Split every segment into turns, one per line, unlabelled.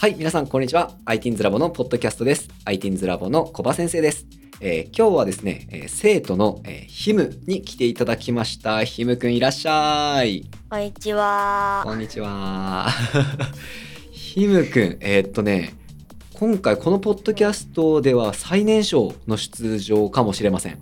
はい、皆さん、こんにちは。ITINS ラボのポッドキャストです。ITINS ラボの小葉先生です。えー今日はですね、えー生徒の、えーヒムに来ていただきました。ヒムくんいらっしゃい。
こんにちは。
こんにちは。 ひむくん、えーっとね、今回このポッドキャストでは最年少の出場かもしれません。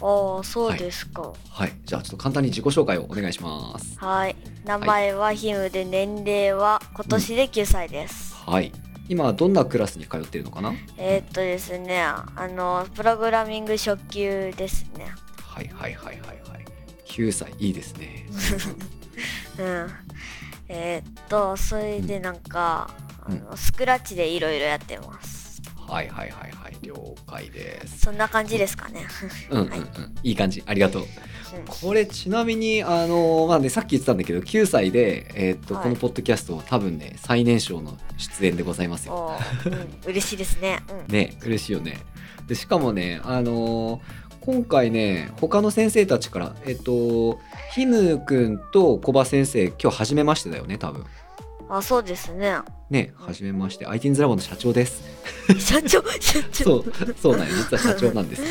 おー、そうですか。
はい、じゃあちょっと簡単に自己紹介をお願いします。
はい。名前はヒムで、年齢は今年で9歳です。
はい。今どんなクラスに通ってるのかな
えー、っとですね、あの、プログラミング初級ですね。
はいはいはいはいはい。9歳、いいですね。
うん。えー、っと、それでなんか、あ
うん
のスクラッチでいろいろやってます。
はいはいはいはい、了解です。
そんな感じですかね。
うんうんうん、いい感じ、ありがとう。
うん
これちなみにあのまあねさっき言ってたんだけど9歳で、えーっと
はい
このポッドキャストを多分ね最年少の出演でございますよ。
おー、うん、嬉しいですね。うん。
ね嬉しいよね。でしかもねあの今回ね他の先生たちからえっ、とひむくんと小葉先生今日初めましてだよね多分。
あ、そうですね。
ね初めましてアイティンズラボの社長です。
社長、社
そ
長。
うそうなんよ実は社長なんです よ。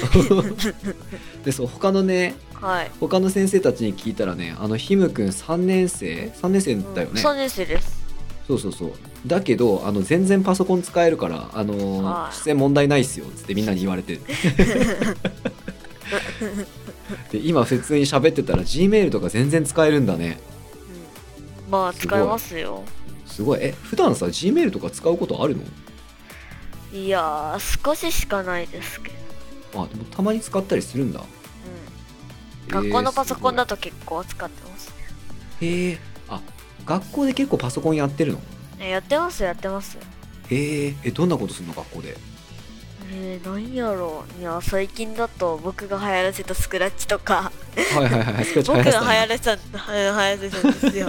でそう他のね
はい。
他の先生たちに聞いたらねあのひむくん3年生3年生だよね。
そうですです。
そうそうそうだけどあの全然パソコン使えるからあのー
はい
出演問題ないっすよっつってみんなに言われてで今普通に喋ってたら G メールとか全然使えるんだね
うんまあ、
すごい
使いますよ。
すごいえ普段さ G メールとか使うことあるの
いやー、少ししかないですけど。
あでもたまに使ったりするんだ
うん、学校のパソコンだ
と
と結構使ってますね。
へえあ学校で結構パソコンやってるの
えやってます、やってます。
へええどんなことするの学校で
えー、なんやろう。いや、最近だと僕が流行らせたスクラッチとか、
はいはいはいスクラッチ
僕が
流
流
行らせた
行
ね
らせた、 はい流行らせたんですよ。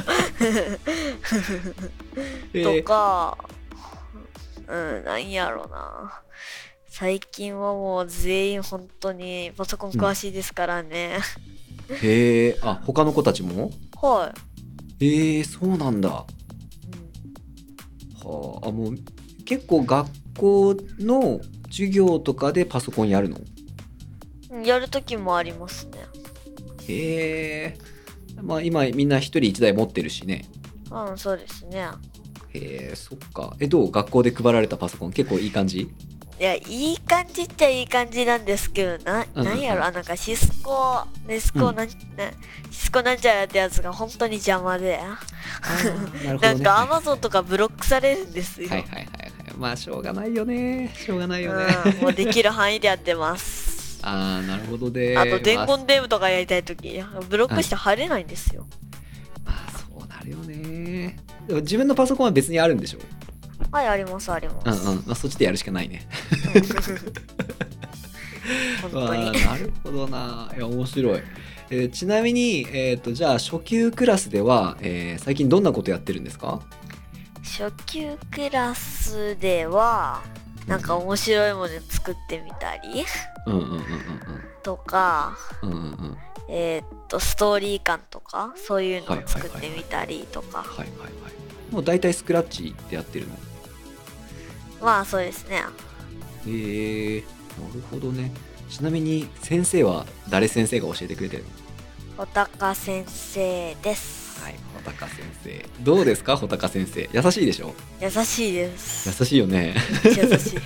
へえ
とか、うん、なんやろうな。最近はもう全員本当にパソコン詳しいですからね。
へえあ他の子たちも
は
へえそうなんだ
い。うん
はあ、あもう結構学校の授業とかでパソコンやるの
やるときもありますね。
へえまあ今みんな一人一台持ってるしね
うん、そうですね。
へえそっかえどう学校で配られたパソコン結構いい感じ
いや、いい感じっちゃいい感じなんですけど、な、
うんうん
なんやろ、あなんかシスコ、ね、シスコ
うん
なん、ね、シスコなんちゃらってやつが本当に邪魔で、
なる
なんかアマゾンとかブロックされるんですよ。
はいはいはいはいまあしょうがないよねしょうがないよね、
うん、もうできる範囲でやってます。
ああなるほどで
あと伝
まあ
言デームとかやりたいとき、ブロックして入れないんですよ。
まあそうなるよねでも自分のパソコンは別にあるんでしょ
はい、あります、あり
うん
ま
う
す。
ん、ま あ、そっちでやるしかないね
本
わ
当
あ
に。
なるほどないや面白い、えーちなみに、えー、とじゃあ初級クラスでは、えー最近どんなことやってるんですか
初級クラスでは、なんか面白いもの作ってみたり
うんうんうんうん
とか、
うんうんうんうん
えーっとストーリー感とかそういうの
はい
を
はいはい
作
はい
ってみたりとか、
はいはいはいもう大体スクラッチでやってるの
まあそうですね
へえー、なるほどねちなみに先生は誰先生が教えてくれてるの
おたか先生です、
はい穂高先生どうですか穂高先生優しいでしょ
優しいです
優しいよね
めっちゃ優しい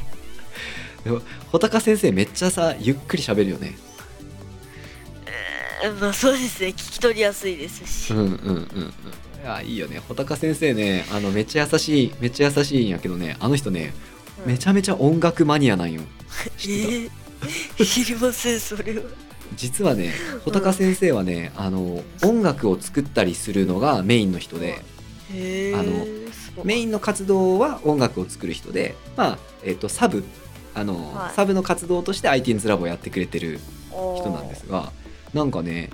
穂高先生めっちゃさゆっくり喋るよね
うんまあそうですね聞き取りやすいですし、
うんうんうんうんいやいいよね穂高先生ねあのめっちゃ優しいめっちゃ優しいんやけどねあの人ねめ
ゃ
ちゃめちゃ音楽マニア なんよ
え
知ってた
ー知りませんそれは
実はね穂高先生はね、あの音楽を作ったりするのがメインの人で
へえ
あ
の
メインの活動は音楽を作る人でまあえっ、とサブあの、
はい
サブの活動として ITINS ラボをやってくれてる人なんですがなんかね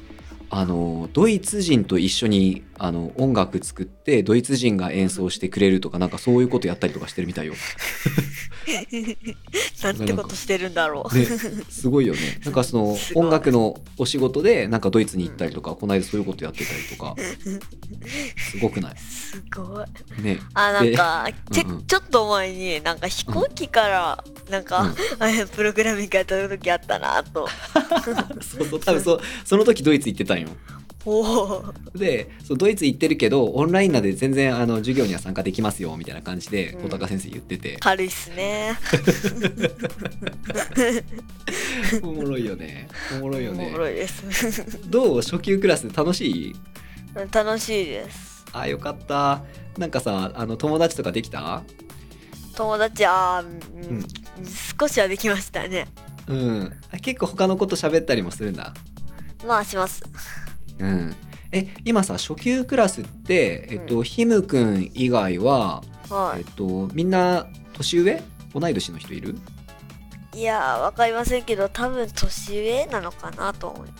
あのドイツ人と一緒にあの音楽作ってドイツ人が演奏してくれるとかなんかそういうことやったりとかしてるみたいよ。
なんてことしてるんだろう。
ね、すごいよね。なんかその
すごい
音楽のお仕事でなんかドイツに行ったりとかこの間そういうことやってたりとかすごくない
すごい。
ね
あ、なんか、
で
ち
うんうん
ちょっと前に、なんか飛行機から、なん
う
か
ん、
あれプログラミングやった時あったなと。
そう そう多分そその時ドイツ行ってたんよ。
おお。
でそうドイツ行ってるけどオンラインなんで全然あの授業には参加できますよみたいな感じで
うん
小高先生言っ てて、
軽いっすね。
おもろいよねおもろいよ
お
ね
もろいです。
どう初級クラス楽しい
楽しいです。
あよかったなんかさあの友達とかできた
友達、あー、うん
うん
少しはできましたね。
うんあ結構他のこと喋ったりもするんだ
まあ、します。
うんえ今さ初級クラスってえっと、ひむくん以外は
は
えっとみんな年上同い年の人いる
い。いやー、わかりませんけど、多分年上なのかなと思いま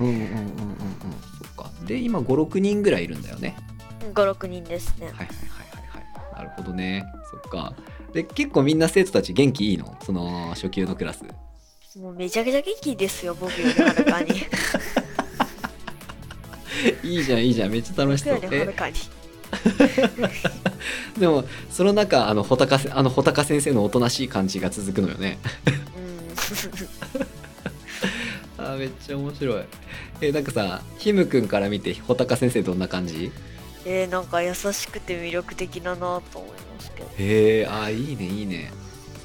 うんうんうんうんうんそっかで今56人ぐらいいるんだよね
す。5、6人ですね。
はいはいはいはいはいなるほどねそっかで結構みんな生徒たち元気いいのその初級のクラス
もうめちゃくちゃ元気ですよ、僕よりはるか に。
いいじゃんいいじゃんめっちゃ楽し
僕
そう
よりはる
え
かに。
でもその中あの穂高せあの穂高先生のおとなしい感じが続くのよね
う
あーめっちゃ面白いえなんかさひむくんから見て穂高先生どんな感じ
ん、 えー、なんか優しくて魅力的だなと思いますけど。
へえあーいいねいいね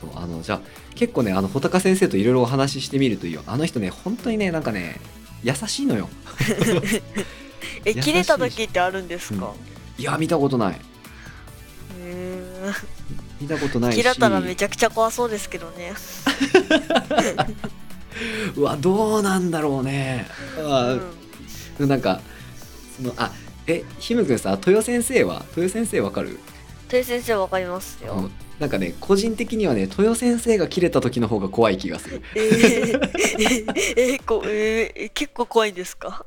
そうあのじゃあ結構ねあの穂高先生といろいろお話ししてみるといいよあの人ね本当にねなんかね優しいのよ
え、
優しい
切れた時ってあるんですか、
いや見たことない
えー
見たことないし
切れたらめちゃくちゃ怖そうですけどね。
うわどうなんだろうね
う
あ
ん
ーなんかそのあえひむくんさ豊先生は豊先生わかる、
という先生わかりますよ。
なんかね個人的にはね豊先生が切れた時の方が怖い気 がする
えー、えーこうえー結構怖いんですか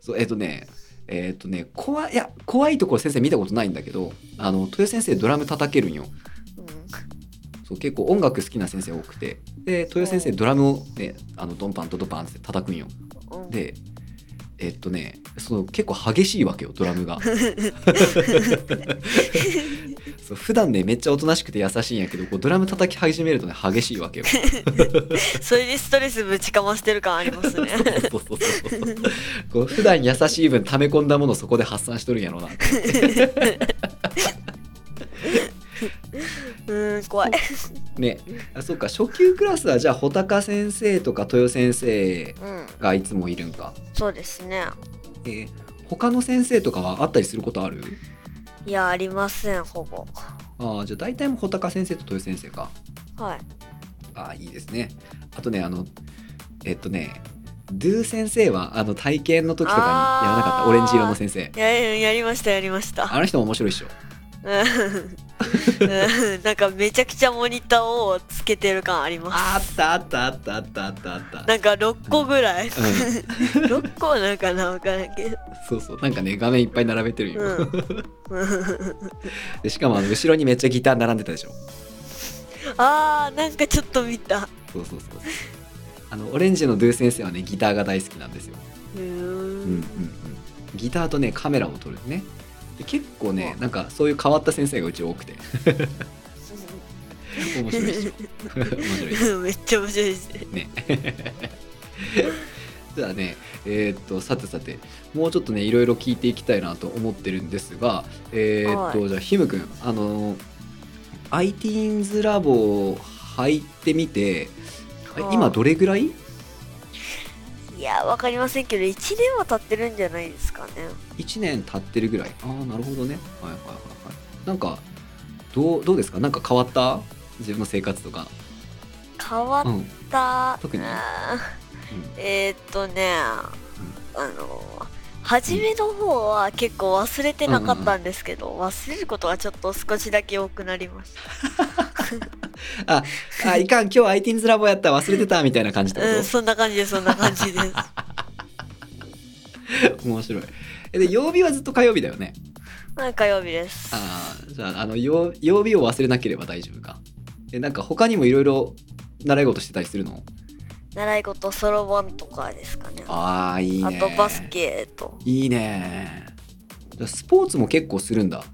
そうえっ、とねえっ、とね怖いいや怖いところ先生見たことないんだけどあの豊先生ドラム叩けるんよ
うん
そう結構音楽好きな先生多くてで豊先生ドラムをねあのドンパンとドパンって叩くんよ
うん
でえっとねその結構激しいわけよドラムが そう普段ねめっちゃおとなしくて優しいんやけどこうドラム叩き始めるとね激しいわけよ
それでストレスぶちかましてる感あります ね。
そうそうそうそうそうこう普段優しい分溜め込んだものをそこで発散しとるんやろうなって
うーん、怖い。
ねあそうか初級クラスはじゃあ穂高先生とか豊先生
うん、
がいつもいるんか、
そうですね。
えー他の先生とかはあったりすることある
いや、ありません、ほぼ。
ああじゃあ大体もう穂高先生と豊先生か
はい。
ああいいですねあとねあのえっとねドゥ先生はあの体験の時とかにやらなかっ
あ
た
ー
オレンジ色の先生
ややりましたやりました
あの人も面白いっしょ
うんうんなんかめちゃくちゃモニターをつけてる感あります
あったあったあったあったあったあった
なんか6個ぐらい、
うん
6個なんかな分からんけど
そうそうなんかね画面いっぱい並べてるよ、
うん
でしかもあの後ろにめっちゃギター並んでたでしょ
あーなんかちょっと見た
そうそうそうそうあのオレンジのドゥ先生はねギターが大好きなんですよ
うー
うんうんうん
ん
ギターとねカメラを撮るねで結構ね
う
なんかそういう変わった先生がうち多くて面白いっしょ面白い っしょ
めっちゃ面白いですね
ね。 じゃあね、えーっとさてさてもうちょっとねいろいろ聞いていきたいなと思ってるんですがえーっと、
は
じゃあひむくんあの iTeens ラボ入ってみて、え
はい
今どれぐらい
いや分かりませんけど1年は経ってるんじゃないですかね
?1 年経ってるぐらいああなるほどねはいはいはいはいなんかどうどうですかなんか変わった自分の生活とか、
変わっ
うん、
た
特に
あーえーっとねあの初めの方は結構忘れてなかったんですけど、忘れることがちょっと少しだけ多くなりまし
あいかん今日 iTeens ラボやった忘れてたみたいな感じって
た
こ
うんそんな感じですそんな感じです
面白い。えで、曜日はずっと火曜日だよね。
はい、火曜日です。
ああ、じゃあ、あの、曜曜日を忘れなければ大丈夫か。え、なんか他にもいろいろ習い事してたりするの
習い事そろばんとかですかね。あ
ああ、いいね。
とバス。ケと、
いいね。じゃあスポーツも結構するんだ。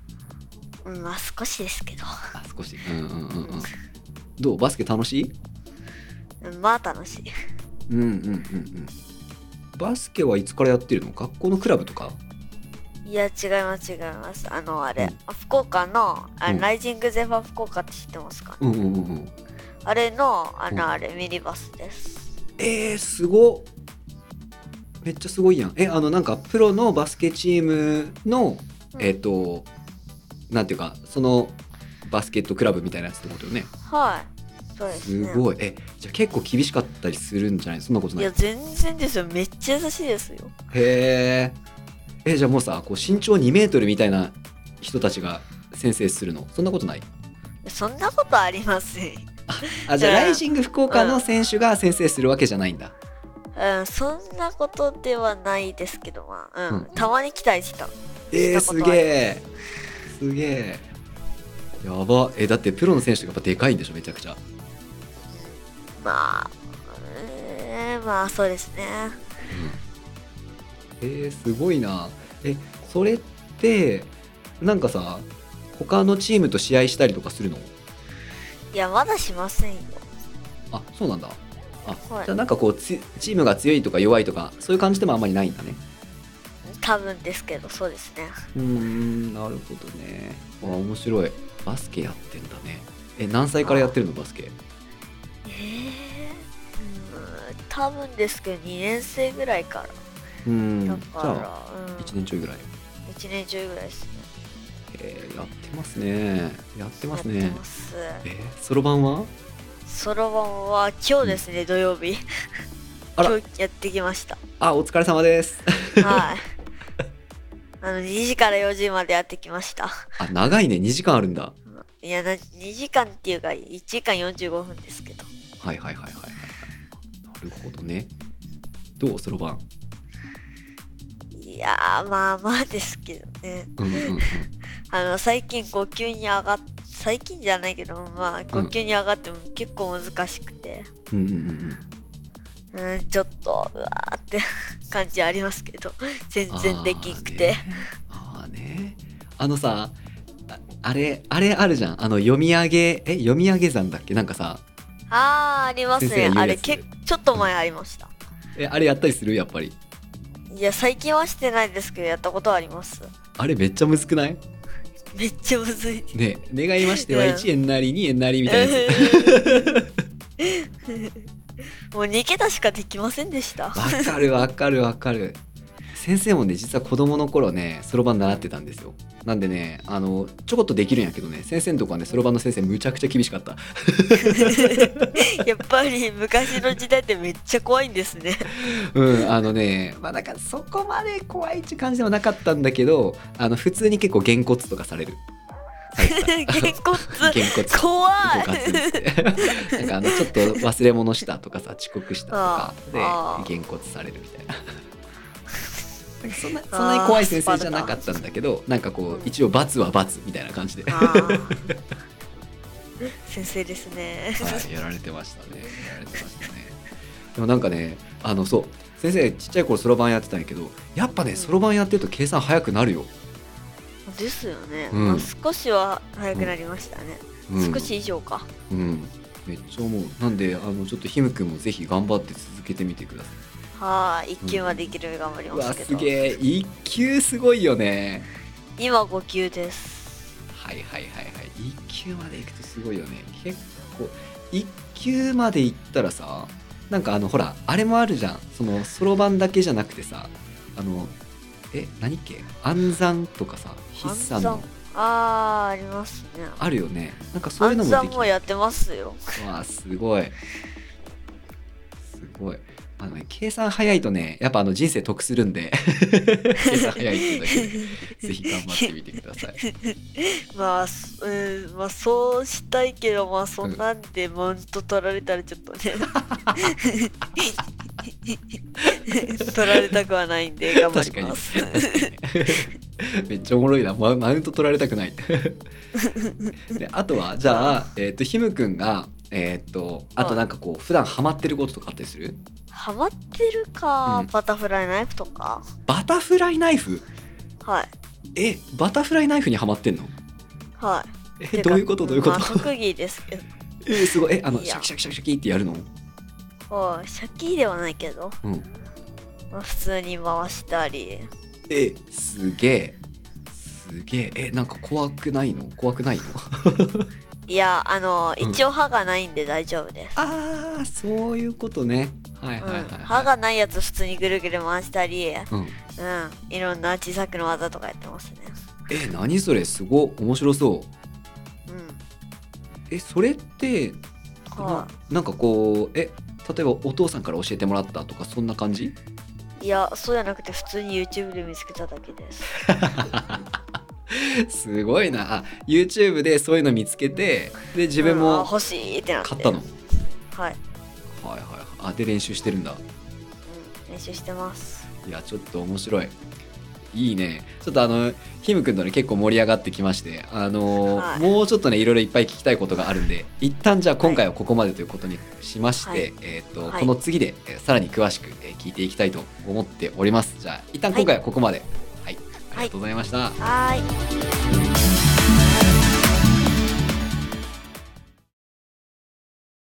うん、まあ少しですけど。
あ、少し。うんうんうんうん。どうバスケ楽しい
うんまあ楽しい。
うんうんうんうん。バスケはいつからやってるの学校のクラブとか
いや、違います、違います。あの、あれ、
うん
あ福岡の、あ
うん
ライジングゼファー福岡って知ってますか、
うんうんうんうん。
あれの、あの、
うん
あれ、ミニバスです。
えー、すごっめっちゃすごいやん。え、あの、なんか、プロのバスケチームの、
うん
えっ、と、なんていうか、その、バスケットクラブみたいなやつってことよね。
はい。そうです
す
ね。
ごい。え、じゃあ結構厳しかったりするんじゃないそんなこと
い
ない。
や、
へ
全然ですよ。めっちゃ優しいですよ。
え。え、じゃあもうさ、こう身長2メートルみたいな人たちが先生するのそんなことない
そんなことありません。
あ、じゃあ、
うん
ライジング福岡の選手が先生するわけじゃないんだ。
うん、そんなことではないですけど、まあ、うん。
うん
たまに期待した。
えー、
した
す
ことある
げえすげえやばえだってプロの選手がやっぱでかいんでしょめちゃくちゃ
まあ、えー、まあ、そうですね。
えー、すごいなえそれってなんかさ他のチームと試合したりとかするの
いや、まだしませんよ。
あそうなんだあ、
はい
じゃあなんかこうつチームが強いとか弱いとかそういう感じでもあんまりないんだね
多分ですけど、そうですね。
うーんなるほどねあ面白いバスケやってんだねえ何歳からやってるのバスケ
えー、うん、多分ですけど、2年生ぐらいから。
うーんじ
だ
ゃあ
から、うん、
1年ちょいぐらい
一年中ぐらいですね。
えーやってますね。やってます
やって。
ね
ます。
えそろばんは
そろばんは今日ですね、土曜日。
あ
今
ら
日やってきました。
あ、お疲れ様です。
はい。 あの、2時から4時までやってきました。
あ、長いね。2時間あるんだ。
いや、な2時間っていうか、1時間45分ですけど。
はいはいはいはいはい。なるほどね。どうそろばん。
いやー、まあまあですけどね。
うんうんうん。
あの、最近5級に上がっ、最近じゃないけど、まあ、5級に上がっても結構難しくて、
うんうんうん
うん、ちょっと、うわーって 感じありますけど、全
うん。
然できんくて。
あーね。あーね。あのさ、ああれ、あれあるじゃん。あの、読み上げ、え、読み上げ算だっけなんかさ、
あー、あります
先生
ね
が。言
あ
うや
れ、
つ
けちょっと前ありました。
え、あれやったりするやっぱり。
いや、最近はしてないですけど、やったことはあります。
あれめっちゃむずくない
めっちゃむずい。
ね願いましては
うん
1円なり2円なりみたいなやつ。
もう2桁しかできませんでした。
わかるわかるわかる。先生もね実は子供の頃ねそろばん習ってたんですよなんでねあのちょこっとできるんやけどね先生のとこはねそろばんの先生むちゃくちゃ厳しかった
やっぱり昔の時代ってめっちゃ怖いんです ね。
うんあのねまあなんかそこまで怖いって感じではなかったんだけどあの普通に結構げんこつとかされるされてた
げんこつ
げん こつ
怖
ごかつ
い。
ってなんかあのちょっと忘れ物したと かさ遅刻したとか
あー
でげんこつされるみたいな なんかそんなそんなに怖い先生じゃなかったんだけどなんかこう一応罰は罰みたいな感 じで、は
あー先生ですね。
い、やられてましたねやられてましたねでもなんかねあのそう先生ちっちゃい頃そろばんやってたんやけどやっぱねそろばんやってると計算早くなるよ、
ですよね。
うん
まあ少しは早くなりましたね。
うん、
少し以上か。
うんめっちゃ思うなんであのちょっとひむくんもぜひ頑張って続けてみてください
はい、一級までいけるように頑張り
う
ま
わ
すけ
す
ど。
げえ一級すごいよね
今5級です。
はいはいはいはい一級まで行くとすごいよね結構一級まで行ったらさなんかあのほらあれもあるじゃんそのそろばんだけじゃなくてさあのえ何っけ暗算とかさ筆算の
暗算あー、ありますね。
あるよねなんかそういう
暗
のも
算
でき
もやってますよ。
うわあすごいすごいあのね計算早いとねやっぱあの人生得するん で計算早いっていうだけでぜひ頑張ってみてください
まあ、すうん、まあ、そうしたいけど、まあ、そんなんでマウント取られたらちょっとね。 取られたくはないんで頑張
確か
り
に
ます。
めっちゃおもろいなママウント取られた くないであとはじゃあ、えっとひむくんがえっとあとなんかこう普段ハマってることとかあったりする
ハマってるか、
うん
バタフライナイフとか
バタフライナイフ
はい
えバタフライナイフにハマってんの
はい。て
え
か
どういうことどういうこと、
まあ、特技ですけど。
えーすごいえあの
いい
シ
や
ャキシャキシャキシャキってやるの
はいシャキではないけど、
うん
まあ、普通に回したり
えすげえすげええなんか怖くないの怖くないの
いやあの
うん
一応歯がないんで大丈夫です、
あーそういうことねはい
うん
はいはい、はい
歯がないやつ普通にぐるぐる回したりうん
うん、
いろんな小さくの技とかやってますね
え何それすご面白そう
うん
えそれってな
は
なんかこうえ例えばお父さんから教えてもらったとかそんな感 じ
いいやそうじゃなくて普通に YouTube で見つけただけです
すごいなあ YouTube でそういうの見つけてで自分
うんあ
も
欲しいってなって
買ったの、
はい、
はいはいはいあで練習してるんだ
うん、練習してます
いやちょっと面白いいいねちょっとあのひむくんとね結構盛り上がってきましてあの、
はい
もうちょっとねいろいろいっぱい聞きたいことがあるんで一旦じゃあ今回はここまでということにしまして、
はい
えっと
はい
この次でえーさらに詳しくえー聞いていきたいと思っておりますじゃあ一旦今回はここまではい、ありがとうございました、
はーい